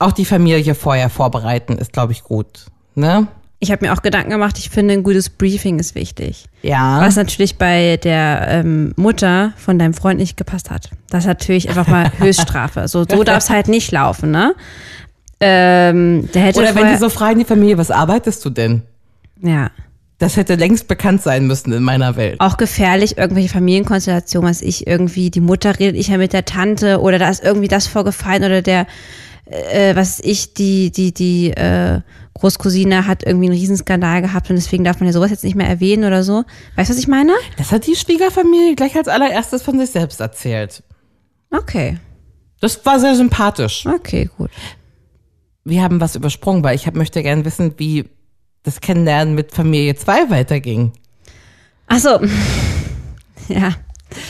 Auch die Familie vorher vorbereiten ist, glaube ich, gut. Ne? Ich habe mir auch Gedanken gemacht, ich finde, ein gutes Briefing ist wichtig. Ja. Was natürlich bei der ähm, Mutter von deinem Freund nicht gepasst hat. Das ist natürlich einfach mal Höchststrafe. So, so darf es halt nicht laufen, ne? Ähm, der hätte Oder wenn die vorher, so fragen, die Familie, was arbeitest du denn? ja, Das hätte längst bekannt sein müssen in meiner Welt. auch gefährlich, irgendwelche Familienkonstellationen, was ich irgendwie, die Mutter redet ich ja mit der Tante oder da ist irgendwie das vorgefallen oder der, äh, was weiß ich, die, die, die äh, Großcousine hat irgendwie einen Riesenskandal gehabt und deswegen darf man ja sowas jetzt nicht mehr erwähnen oder so. Weißt du, was ich meine? Das hat die Schwiegerfamilie gleich als allererstes von sich selbst erzählt. Okay, Das war sehr sympathisch. okay, gut. Wir haben was übersprungen, weil ich hab, möchte gerne wissen, wie das Kennenlernen mit Familie 2 weiterging, Ach so. ja.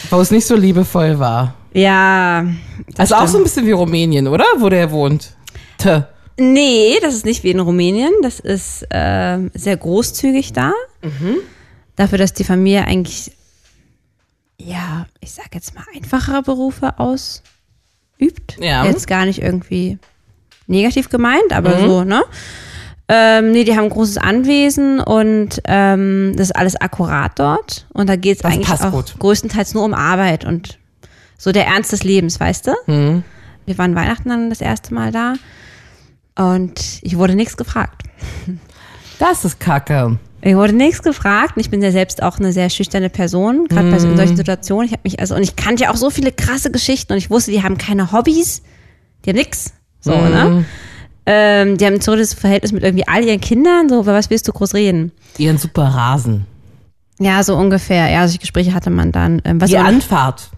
wo es nicht so liebevoll war. Ja. Das also auch so ein bisschen wie Rumänien, oder? Wo der wohnt. Tö. Nee, das ist nicht wie in Rumänien. Das ist ähm, sehr großzügig da. Dafür, dass die Familie eigentlich, ja, ich sag jetzt mal, einfachere Berufe ausübt. Ja. Jetzt gar nicht irgendwie negativ gemeint, aber so, ne? Ähm, nee, die haben ein großes Anwesen und ähm, das ist alles akkurat dort. Und da geht es Das eigentlich passt auch gut. größtenteils nur um Arbeit und so der Ernst des Lebens, weißt du? Mhm. Wir waren Weihnachten dann das erste Mal da und ich wurde nichts gefragt. Das ist Kacke. Ich wurde nichts gefragt und ich bin ja selbst auch eine sehr schüchterne Person, gerade bei so, in solchen Situationen. Ich habe mich also und ich kannte ja auch so viele krasse Geschichten und ich wusste, die haben keine Hobbys, die haben nix, so ne? Ähm, die haben ein zurückes Verhältnis mit irgendwie all ihren Kindern, so über was willst du groß reden? Ihren super Rasen. Ja, so ungefähr. Ja, solche Gespräche hatte man dann. Ähm, was Die auch noch- Anfahrt.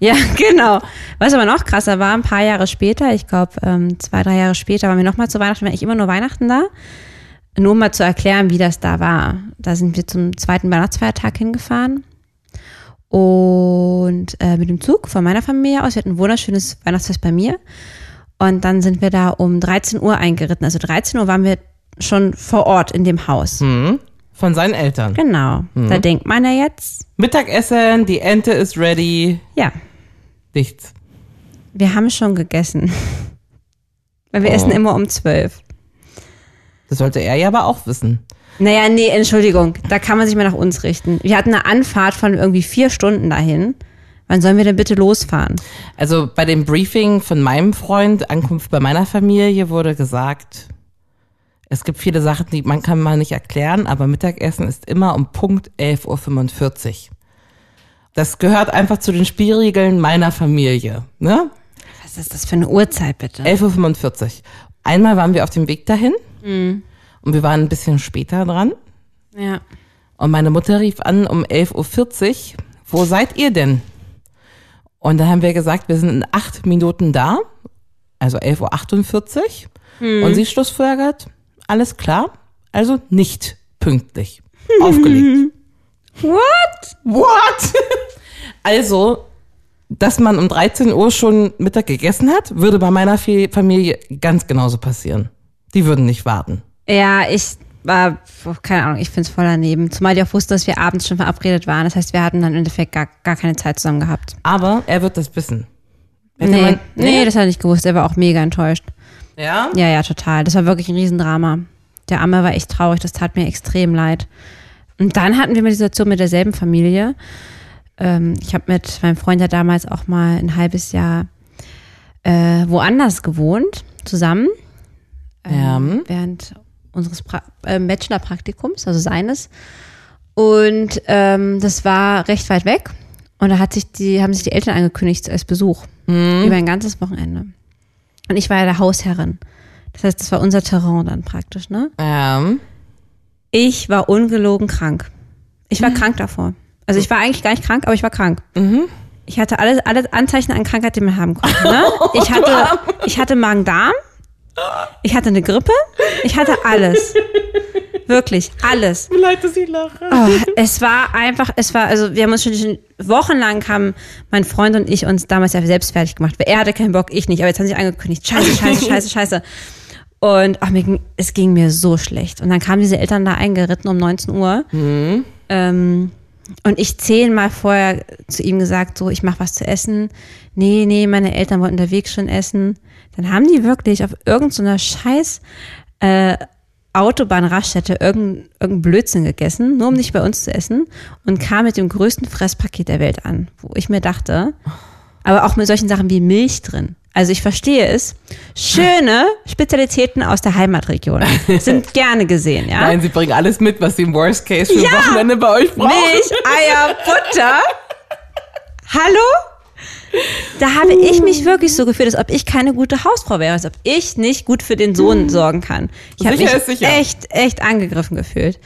Ja, genau. Was aber noch krasser war, ein paar Jahre später, ich glaube ähm, zwei, drei Jahre später, waren wir nochmal zu Weihnachten, war ich immer nur Weihnachten da. Nur um mal zu erklären, wie das da war. Da sind wir zum zweiten Weihnachtsfeiertag hingefahren und äh, mit dem Zug von meiner Familie aus. Wir hatten ein wunderschönes Weihnachtsfest bei mir. Und dann sind wir da um 13 Uhr eingeritten. Also 13 Uhr waren wir schon vor Ort in dem Haus. Von seinen Eltern. Genau. Da denkt man ja jetzt, Mittagessen, die Ente ist ready. ja, Nichts. Wir haben schon gegessen. Weil Oh. wir essen immer um zwölf. Das sollte er ja aber auch wissen. Naja, nee, Entschuldigung. Da kann man sich mal nach uns richten. Wir hatten eine Anfahrt von irgendwie vier Stunden dahin. Wann sollen wir denn bitte losfahren? Also bei dem Briefing von meinem Freund, Ankunft bei meiner Familie, wurde gesagt, es gibt viele Sachen, die man kann man nicht erklären, aber Mittagessen ist immer um Punkt 11.45 Uhr. Das gehört einfach zu den Spielregeln meiner Familie. Ne? Was ist das für eine Uhrzeit, bitte? Äh. 11.45 Uhr. Einmal waren wir auf dem Weg dahin und wir waren ein bisschen später dran. Ja. Und meine Mutter rief an um 11.40 Uhr, wo seid ihr denn? Und dann haben wir gesagt, wir sind in acht Minuten da, also 11.48 Uhr. Und sie schlussfolgert, alles klar, also nicht pünktlich. Aufgelegt. What? What? also, dass man um 13 Uhr schon Mittag gegessen hat, würde bei meiner Fi- Familie ganz genauso passieren. Die würden nicht warten. Ja, ich war, keine Ahnung, ich find's voll daneben. Zumal die auch wussten, dass wir abends schon verabredet waren. Das heißt, wir hatten dann im Endeffekt gar, gar keine Zeit zusammen gehabt. Aber er wird das wissen. Hätte Nee, man- nee, das hat er nicht gewusst. Er war auch mega enttäuscht. ja? Ja, ja, total. Das war wirklich ein Riesendrama. Der Arme war echt traurig, das tat mir extrem leid. Und dann hatten wir mal die Situation mit derselben Familie. Ähm, ich habe mit meinem Freund ja damals auch mal ein halbes Jahr äh, woanders gewohnt, zusammen, Ähm, Ja. während unseres pra äh, Bachelor-Praktikums, also seines. Und ähm, das war recht weit weg. Und da hat sich die, haben sich die Eltern angekündigt als Besuch über ein ganzes Wochenende. Und ich war ja der Hausherrin. Das heißt, das war unser Terrain dann praktisch, ne? Ähm, Ich war ungelogen krank. Ich war krank davor. Also ich war eigentlich gar nicht krank, aber ich war krank. Ich hatte alle, alle Anzeichen an Krankheit, die man haben konnte. Ne? Ich hatte, ich hatte Magen-Darm, ich hatte eine Grippe, ich hatte alles. Wirklich, alles. Wie leid, dass ich lache. Oh, es war einfach, es war, also wir haben uns schon, schon wochenlang haben mein Freund und ich uns damals ja selbst fertig gemacht. Weil Er hatte keinen Bock, ich nicht, aber jetzt haben sie angekündigt. Scheiße, scheiße, scheiße, scheiße. Und ach, mir ging, es ging mir so schlecht. Und dann kamen diese Eltern da eingeritten um 19 Uhr. Ähm, und ich zehnmal vorher zu ihm gesagt, so, ich mache was zu essen. Nee, nee, meine Eltern wollten unterwegs schon essen. Dann haben die wirklich auf irgendeiner scheiß äh, Autobahnraststätte irgendeinen irgendein Blödsinn gegessen, nur um nicht bei uns zu essen. Und kam mit dem größten Fresspaket der Welt an, wo ich mir dachte, aber auch mit solchen Sachen wie Milch drin. Also ich verstehe es. Schöne Spezialitäten aus der Heimatregion sind gerne gesehen, ja. Nein, sie bringen alles mit, was sie im Worst Case für Ja. Wochenende bei euch brauchen. Milch, Eier, Butter. Hallo? Da habe Hm. ich mich wirklich so gefühlt, als ob ich keine gute Hausfrau wäre, als ob ich nicht gut für den Sohn sorgen kann. Ich habe Hm. Sicher mich ist sicher. echt, echt angegriffen gefühlt.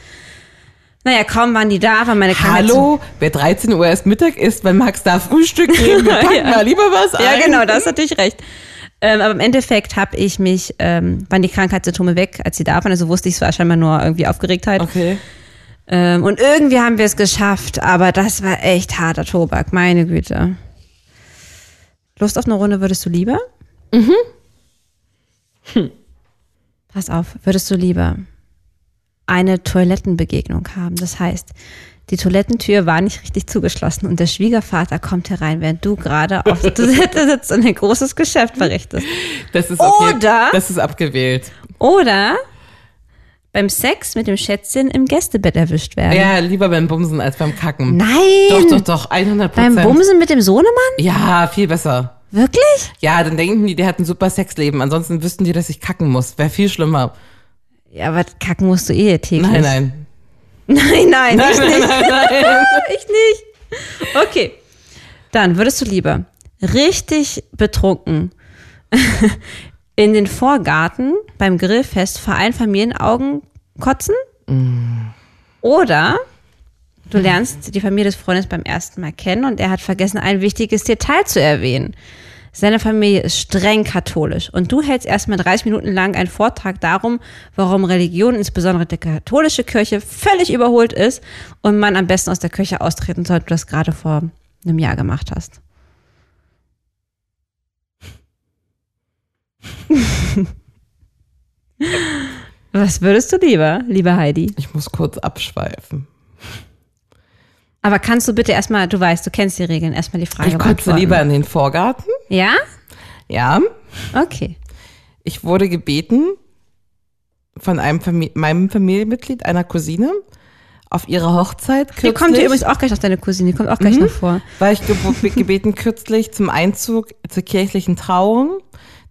Naja, kaum waren die da, war meine Krankheit. Hallo, wer 13 Uhr erst Mittag isst, wenn Max da Frühstück geben, wir packen Ja. da lieber was Ja, ein. genau, da hast du natürlich recht. Ähm, aber im Endeffekt habe ich mich, ähm, waren die Krankheitssymptome weg, als sie da waren. Also wusste ich, es war scheinbar nur irgendwie Aufgeregtheit. Okay. Ähm, und irgendwie haben wir es geschafft, aber das war echt harter Tobak, meine Güte. Lust auf eine Runde würdest du lieber? Mhm. Hm. Pass auf, würdest du lieber eine Toilettenbegegnung haben? Das heißt, die Toilettentür war nicht richtig zugeschlossen und der Schwiegervater kommt herein, während du gerade auf der Toilette sitzt und ein großes Geschäft verrichtest. Das ist okay. Oder- Das ist abgewählt. Oder beim Sex mit dem Schätzchen im Gästebett erwischt werden. Ja, lieber beim Bumsen als beim Kacken. Nein! Doch, doch, doch, 100 Beim Prozent. Bumsen mit dem Sohnemann? Ja, viel besser. Wirklich? Ja, dann denken die, der hat ein super Sexleben. Ansonsten wüssten die, dass ich kacken muss. Wäre viel schlimmer. Ja, aber kacken musst du eh täglich. Nein, nein. Nein, nein, Nein, ich nein, nicht. nein, nein. Ich nicht. Okay. Dann würdest du lieber richtig betrunken in den Vorgarten beim Grillfest vor allen Familienaugen kotzen? Mm. Oder du lernst die Familie des Freundes beim ersten Mal kennen und er hat vergessen, ein wichtiges Detail zu erwähnen. Seine Familie ist streng katholisch und du hältst erstmal 30 Minuten lang einen Vortrag darum, warum Religion, insbesondere die katholische Kirche, völlig überholt ist und man am besten aus der Kirche austreten sollte, wie du das gerade vor einem Jahr gemacht hast. Was würdest du lieber, liebe Heidi? Ich muss kurz abschweifen. Aber kannst du bitte erstmal, du weißt, du kennst die Regeln, erstmal die Frage Ich kotze beantworten. lieber in den Vorgarten. Ja? Ja. Okay. Ich wurde gebeten von einem Famili meinem Familienmitglied, einer Cousine, auf ihre Hochzeit Die kürzlich. kommt dir übrigens auch gleich noch deine Cousine, die kommt auch gleich noch vor. war ich gebo- gebeten kürzlich zum Einzug zur kirchlichen Trauung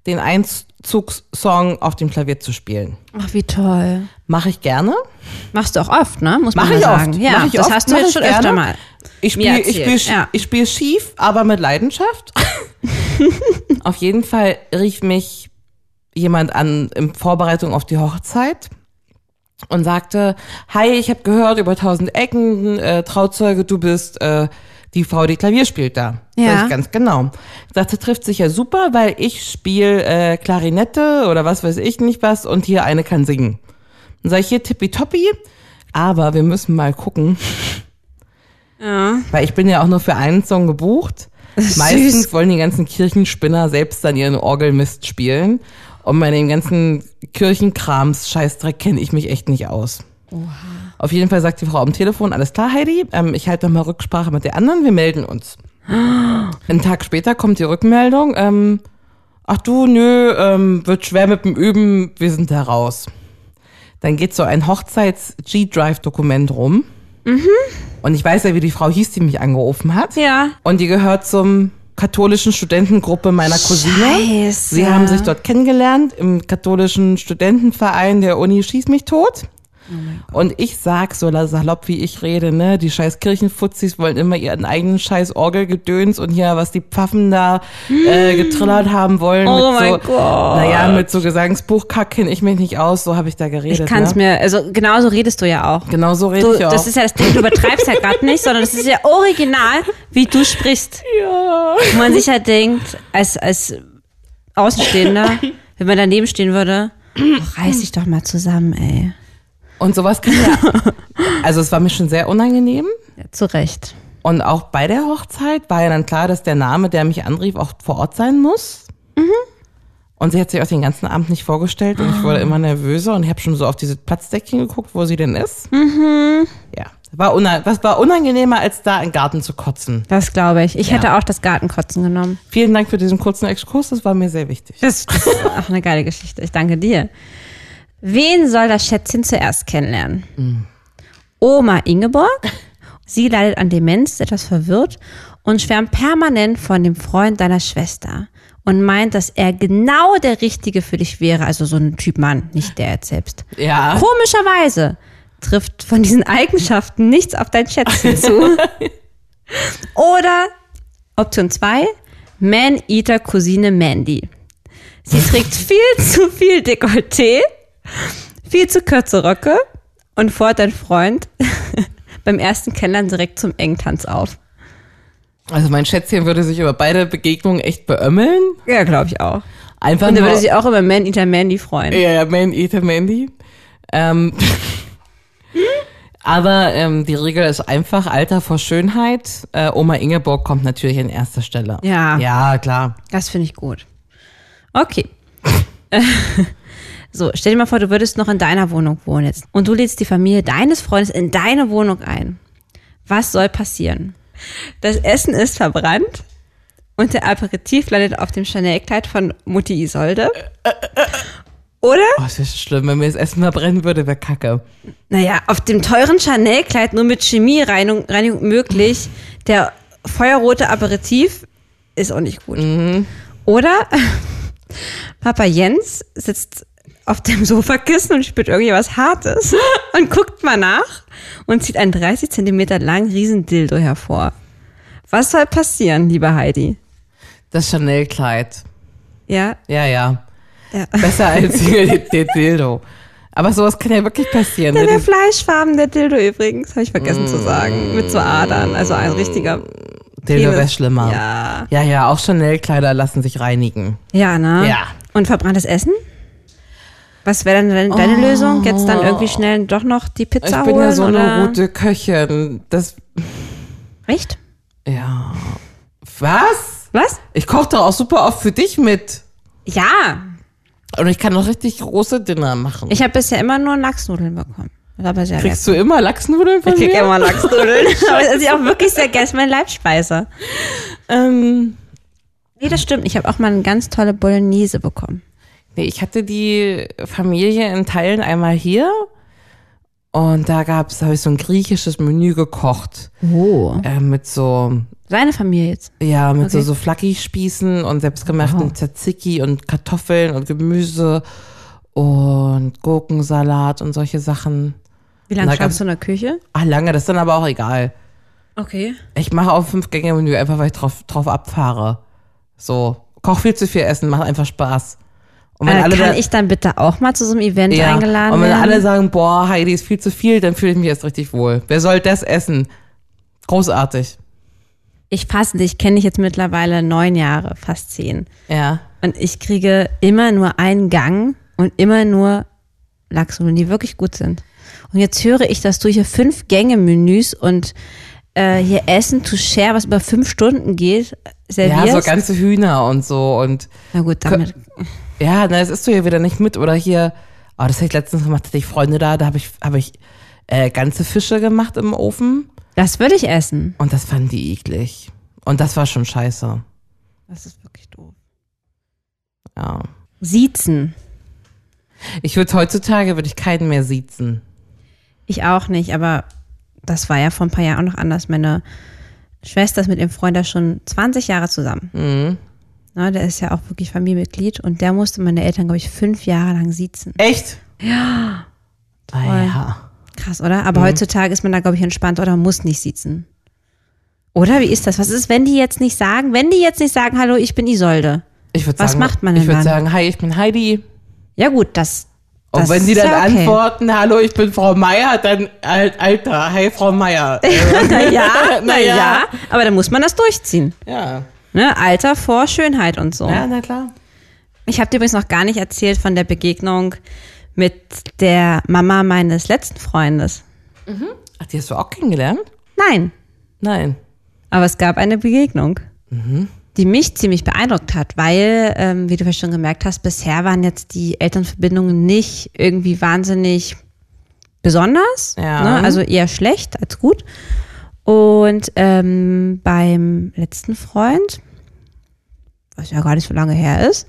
den Einzugssong auf dem Klavier zu spielen. Ach, wie toll. Mache ich gerne. Machst du auch oft, ne? Muss man Mache mal ich sagen. oft. Ja, Mach ich das oft, hast du mach jetzt ich schon gerne. öfter mal. Ich Mir spiele ich spiel, erzählt, sch- ja. ich spiel schief, aber mit Leidenschaft. auf jeden Fall rief mich jemand an in Vorbereitung auf die Hochzeit und sagte, hi, ich habe gehört über tausend Ecken, äh, Trauzeuge, du bist äh, die Frau, die Klavier spielt da. Ja. Sag ich ganz genau. Ich sagte, trifft sich ja super, weil ich spiele äh, Klarinette oder was weiß ich nicht was und hier eine kann singen. Dann sage ich hier tippitoppi, aber wir müssen mal gucken, Ja. weil ich bin ja auch nur für einen Song gebucht. Meistens wollen die ganzen Kirchenspinner selbst dann ihren Orgelmist spielen. Und bei dem ganzen Kirchenkrams, Scheißdreck, kenne ich mich echt nicht aus. Auf jeden Fall sagt die Frau am Telefon, alles klar, Heidi, ähm, ich halte nochmal Rücksprache mit der anderen, wir melden uns. Einen Tag später kommt die Rückmeldung, ähm, ach du, nö, ähm, wird schwer mit dem Üben, wir sind da raus. Dann geht so ein Hochzeits-G-Drive-Dokument rum. Mhm. Und ich weiß ja, wie die Frau hieß, die mich angerufen hat. Ja. Und die gehört zum katholischen Studentengruppe meiner Cousine. Scheiße. Sie haben sich dort kennengelernt im katholischen Studentenverein der Uni Schieß mich tot. Oh und ich sag so la- salopp, wie ich rede, ne, die scheiß Kirchenfutzis wollen immer ihren eigenen scheiß Orgelgedöns und hier, was die Pfaffen da äh, getrillert haben wollen. Hm. Oh mit mein so, Gott. Naja, mit so Gesangsbuchkack kenne ich mich nicht aus, so habe ich da geredet. Ich kann es ne? mir, also genauso redest du ja auch. Genau so rede Du, ich auch. das ist ja das Ding, du übertreibst ja gerade nicht, sondern das ist ja original, wie du sprichst. ja. Wo man sich halt denkt, als, als Außenstehender, wenn man daneben stehen würde, oh, reiß dich doch mal zusammen, ey. Und sowas kann ja. Also es war mir schon sehr unangenehm. Ja, zu Recht. Und auch bei der Hochzeit war ja dann klar, dass der Name, der mich anrief, auch vor Ort sein muss. Mhm. Und sie hat sich auch den ganzen Abend nicht vorgestellt und ich wurde immer nervöser und ich habe schon so auf dieses Platzdeckchen geguckt, wo sie denn ist. Mhm. Ja, war una was war unangenehmer, als da im Garten zu kotzen. Das glaube ich. Ich hätte auch das Gartenkotzen genommen. Vielen Dank für diesen kurzen Exkurs, das war mir sehr wichtig. Das ist auch eine geile Geschichte. Ich danke dir. Wen soll das Schätzchen zuerst kennenlernen? Oma Ingeborg. Sie leidet an Demenz, ist etwas verwirrt und schwärmt permanent von dem Freund deiner Schwester und meint, dass er genau der Richtige für dich wäre. Also so ein Typ Mann, nicht der jetzt selbst. Ja, Komischerweise trifft von diesen Eigenschaften nichts auf dein Schätzchen zu. Oder Option 2, Man-Eater Cousine Mandy. Sie trägt viel zu viel Dekolleté, viel zu kurze Röcke und fordert dein Freund beim ersten Kennenlernen direkt zum Engtanz auf. also mein Schätzchen würde sich über beide Begegnungen echt beömmeln. Ja, glaube ich auch. Einfach Und er nur, würde sich auch über Man-Eater Mandy freuen. Ja, ja, Man Eater Mandy. Ähm, aber ähm, die Regel ist einfach, Alter vor Schönheit. Äh, Oma Ingeborg kommt natürlich an erster Stelle. Ja. Ja, klar. Das finde ich gut. Okay. so, stell dir mal vor, du würdest noch in deiner Wohnung wohnen jetzt. Und du lädst die Familie deines Freundes in deine Wohnung ein. Was soll passieren? Das Essen ist verbrannt und der Aperitif landet auf dem Chanel-Kleid von Mutti Isolde. Oder? Oh, es ist schlimm, wenn mir das Essen verbrennen würde, wäre kacke. Naja, auf dem teuren Chanel-Kleid nur mit Chemiereinigung Reinigung möglich. Der feuerrote Aperitif ist auch nicht gut. Oder Papa Jens sitzt auf dem Sofakissen und spürt irgendwie was Hartes und guckt mal nach und zieht einen 30 Zentimeter langen Riesendildo hervor. Was soll passieren, liebe Heidi? Das Chanel-Kleid. Ja, Ja, ja. ja. Besser als hier die- die Dildo. Aber sowas kann ja wirklich passieren. Der, ne? der Fleischfarben der Dildo übrigens, habe ich vergessen zu sagen. Mit so Adern, also ein richtiger Dildo wäre Penis. schlimmer. Ja. ja, ja, auch Chanel-Kleider lassen sich reinigen. Ja, ne? Ja. Und verbranntes Essen? Was wäre dann deine, deine Lösung? Jetzt dann irgendwie schnell doch noch die Oh. Ich Pizza bin holen? ja so oder? eine gute Köchin. Das, Echt? ja. Was? Was? Ich koche doch auch super oft für dich mit. Ja. Und ich kann noch richtig große Dinner machen. Ich habe bisher immer nur Lachsnudeln bekommen. Das war aber sehr lecker. Kriegst du immer Lachsnudeln von Ich krieg mir? immer Lachsnudeln. aber das ist ja auch wirklich sehr gerne. Das ist meine Leibspeise. Ähm, Nee, das stimmt. Ich habe auch mal eine ganz tolle Bolognese bekommen. nee, ich hatte die Familie in Teilen einmal hier. Und da gab's, habe ich so ein griechisches Menü gekocht. Oh. Äh, mit so, Seine Familie jetzt. ja, mit so, Okay. so Flacki-Spießen und selbstgemachten Tzatziki und Kartoffeln und Gemüse und Gurkensalat und solche Sachen. Wie lange Na, standst du in der Küche? Ah, lange, das ist dann aber auch egal. Okay. Ich mache auch fünf Gänge Menü, einfach weil ich drauf, drauf abfahre. So, koch viel zu viel essen, macht einfach Spaß. Und Äh, kann da- ich dann bitte auch mal zu so einem Event ja, eingeladen und wenn werden? alle sagen, boah, Heidi ist viel zu viel, dann fühle ich mich erst richtig wohl. Wer soll das essen? Großartig. ich fasse dich, kenne dich jetzt mittlerweile neun Jahre, fast zehn. Ja. Und ich kriege immer nur einen Gang und immer nur Lachsnudeln, die wirklich gut sind. Und jetzt höre ich, dass du hier fünf Gänge-Menüs und äh, hier Essen to Share, was über fünf Stunden geht, Ja, servierst. so ganze Hühner und so. Und Na gut, damit. ja, na, das isst du ja wieder nicht mit. Oder hier, oh, das habe ich letztens gemacht, hatte ich Freunde da, da habe ich, hab ich äh, ganze Fische gemacht im Ofen. Das würde ich essen. Und das fanden die eklig. Und das war schon scheiße. Das ist wirklich doof. Ja. Siezen. Ich würde heutzutage würde ich keinen mehr siezen. Ich auch nicht, aber das war ja vor ein paar Jahren auch noch anders. Meine Schwester ist mit ihrem Freund da schon 20 Jahre zusammen. Mhm. Na, der ist ja auch wirklich Familienmitglied und der musste meine Eltern, glaube ich, fünf Jahre lang siezen. Echt? Ah, ja. Krass, oder? Mhm. Aber heutzutage ist man da, glaube ich, entspannt oder muss nicht siezen. Oder wie ist das? Was ist, wenn die jetzt nicht sagen, wenn die jetzt nicht sagen, hallo, ich bin Isolde? Ich würde Was sagen, macht man ich denn würde dann? sagen, hi, ich bin Heidi. Ja gut, das, Und das wenn sie ist dann ja okay. antworten, hallo, ich bin Frau Meier, dann, al- Alter, hi, Frau Meier. naja, Naja. naja, aber dann muss man das durchziehen. ja. Ne? Alter vor Schönheit und so. ja, na klar. Ich habe dir übrigens noch gar nicht erzählt von der Begegnung mit der Mama meines letzten Freundes. Ach, die hast du auch kennengelernt? Nein, Nein. aber es gab eine Begegnung, die mich ziemlich beeindruckt hat, weil, ähm, wie du vielleicht schon gemerkt hast, bisher waren jetzt die Elternverbindungen nicht irgendwie wahnsinnig besonders, Ja. ne? also eher schlecht als gut. Und ähm, beim letzten Freund, was ja gar nicht so lange her ist,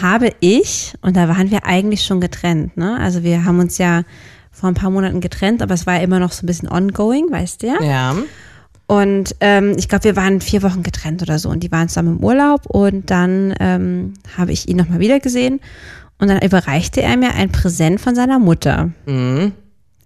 habe ich, und da waren wir eigentlich schon getrennt, ne? Also wir haben uns ja vor ein paar Monaten getrennt, aber es war immer noch so ein bisschen ongoing, weißt du ja? Ja. Und ähm, ich glaube, wir waren vier Wochen getrennt oder so und die waren zusammen im Urlaub und dann ähm, habe ich ihn nochmal wieder gesehen und dann überreichte er mir ein Präsent von seiner Mutter. Mhm.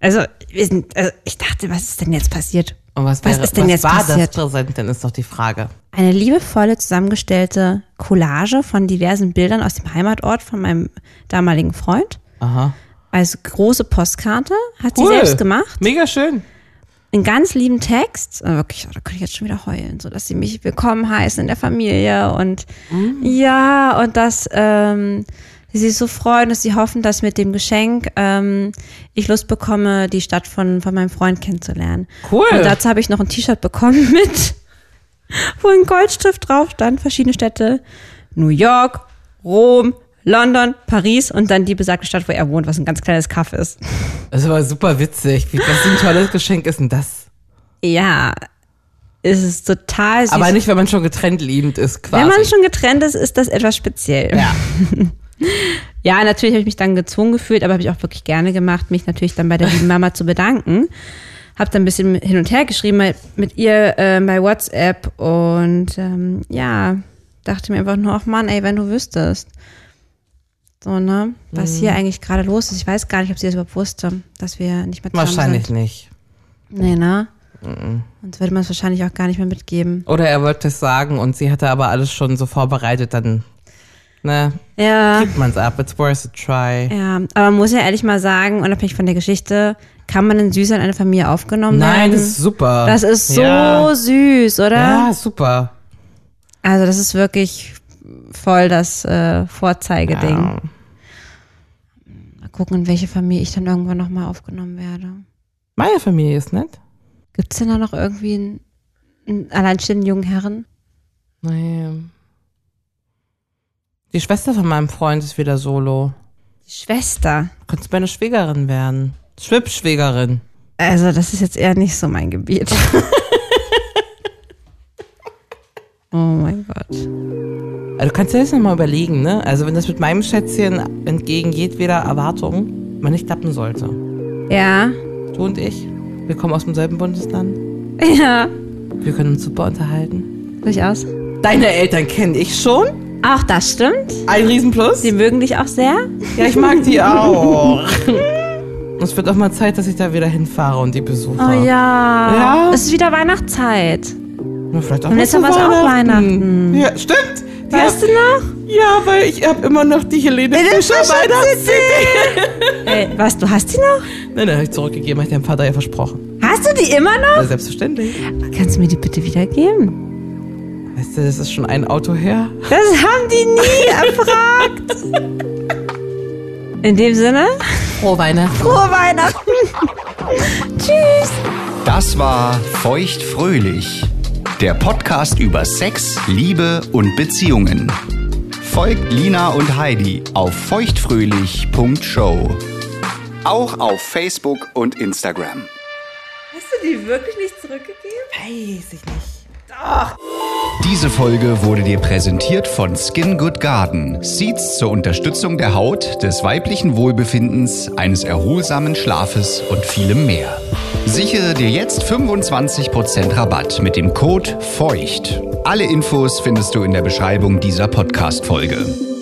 Also, wir sind, also ich dachte, was ist denn jetzt passiert? Und was, Was wäre, ist denn was jetzt war passiert? das Präsent denn, ist doch die Frage. Eine liebevolle zusammengestellte Collage von diversen Bildern aus dem Heimatort von meinem damaligen Freund. Aha. Also große Postkarte hat sie selbst gemacht. Mega schön. einen ganz lieben Text, äh, wirklich, da könnte ich jetzt schon wieder heulen, so dass sie mich willkommen heißen in der Familie und Mm. ja, und dass ähm, sie sich so freuen, dass sie hoffen, dass mit dem Geschenk ähm, ich Lust bekomme, die Stadt von, von meinem Freund kennenzulernen. Cool. Und dazu habe ich noch ein T-Shirt bekommen mit, wo in Goldstift drauf stand, verschiedene Städte, New York, Rom, London, Paris und dann die besagte Stadt, wo er wohnt, was ein ganz kleines Kaff ist. Das war super witzig. Wie, was für ein tolles Geschenk ist denn das? Ja, es ist total süß. Aber nicht, wenn man schon getrennt liebend ist, quasi. Wenn man schon getrennt ist, ist das etwas speziell. Ja. Ja, natürlich habe ich mich dann gezwungen gefühlt, aber habe ich auch wirklich gerne gemacht, mich natürlich dann bei der lieben Mama zu bedanken. Habe dann ein bisschen hin und her geschrieben mit- mit ihr äh, bei WhatsApp und ähm, ja, dachte mir einfach nur, ach Mann, ey, wenn du wüsstest. So, ne? Was Mhm. hier eigentlich gerade los ist. Ich weiß gar nicht, ob sie das überhaupt wusste, dass wir nicht mehr zusammen Wahrscheinlich Mhm. nicht. sind. Nee, ne? Sonst würde man es wahrscheinlich auch gar nicht mehr mitgeben. Oder er wollte es sagen und sie hatte aber alles schon so vorbereitet, dann, ne, Ja. gibt man's ab. It's worth a try. Ah. Ja, aber man muss ja ehrlich mal sagen, unabhängig von der Geschichte, kann man denn süß in eine Familie aufgenommen werden? Nein, das ist super. Das ist äh, so Ja, süß, oder? ja super. Also das ist wirklich voll das äh, Vorzeigeding. Ja. Mal gucken, in welche Familie ich dann irgendwann nochmal aufgenommen werde. Meine Familie ist nett. Gibt's denn da noch irgendwie einen, einen alleinstehenden jungen Herren? Nee. Die Schwester von meinem Freund ist wieder solo. Die Schwester. Könntest meine Schwägerin werden. Schwippschwägerin. Also das ist jetzt eher nicht so mein Gebiet. oh mein Gott. Also, du kannst dir das nochmal überlegen, ne? Also wenn das mit meinem Schätzchen entgegen jedweder Erwartung mal nicht klappen sollte. Ja, Du und ich, wir kommen aus dem selben Bundesland. ja, Wir können uns super unterhalten. durchaus. Deine Eltern kenne ich schon. Auch das stimmt. Ein Riesenplus. Die mögen dich auch sehr. Ja, ich mag die auch. es wird auch mal Zeit, dass ich da wieder hinfahre und die besuche. Oh ja. Ja. Es ist wieder Weihnachtszeit. Na, vielleicht auch Und mal jetzt zu haben wir's auch Weihnachten. Ja, stimmt. Die Weißt hab- du noch? Ja, weil ich habe immer noch die Helene Helene Fischer Fischer Weihnachts-CD. Ey, was, du hast die noch? Nein, nein, habe ich zurückgegeben, hat dein Vater ja versprochen. Hast du die immer Ja, noch? selbstverständlich. Kannst du mir die bitte wiedergeben? Weißt du, das ist schon ein Auto her. Das haben die nie erfragt. In dem Sinne, Frohe Weihnachten. frohe Weihnachten. Tschüss. Das war Feuchtfröhlich, der Podcast über Sex, Liebe und Beziehungen. Folgt Lina und Heidi auf feuchtfröhlich.show. Auch auf Facebook und Instagram. Hast du die wirklich nicht zurückgegeben? Weiß ich nicht. Diese Folge wurde dir präsentiert von Skin Good Garden. Seeds zur Unterstützung der Haut, des weiblichen Wohlbefindens, eines erholsamen Schlafes und vielem mehr. Sichere dir jetzt 25% Rabatt mit dem Code FEUCHT. Alle Infos findest du in der Beschreibung dieser Podcast-Folge.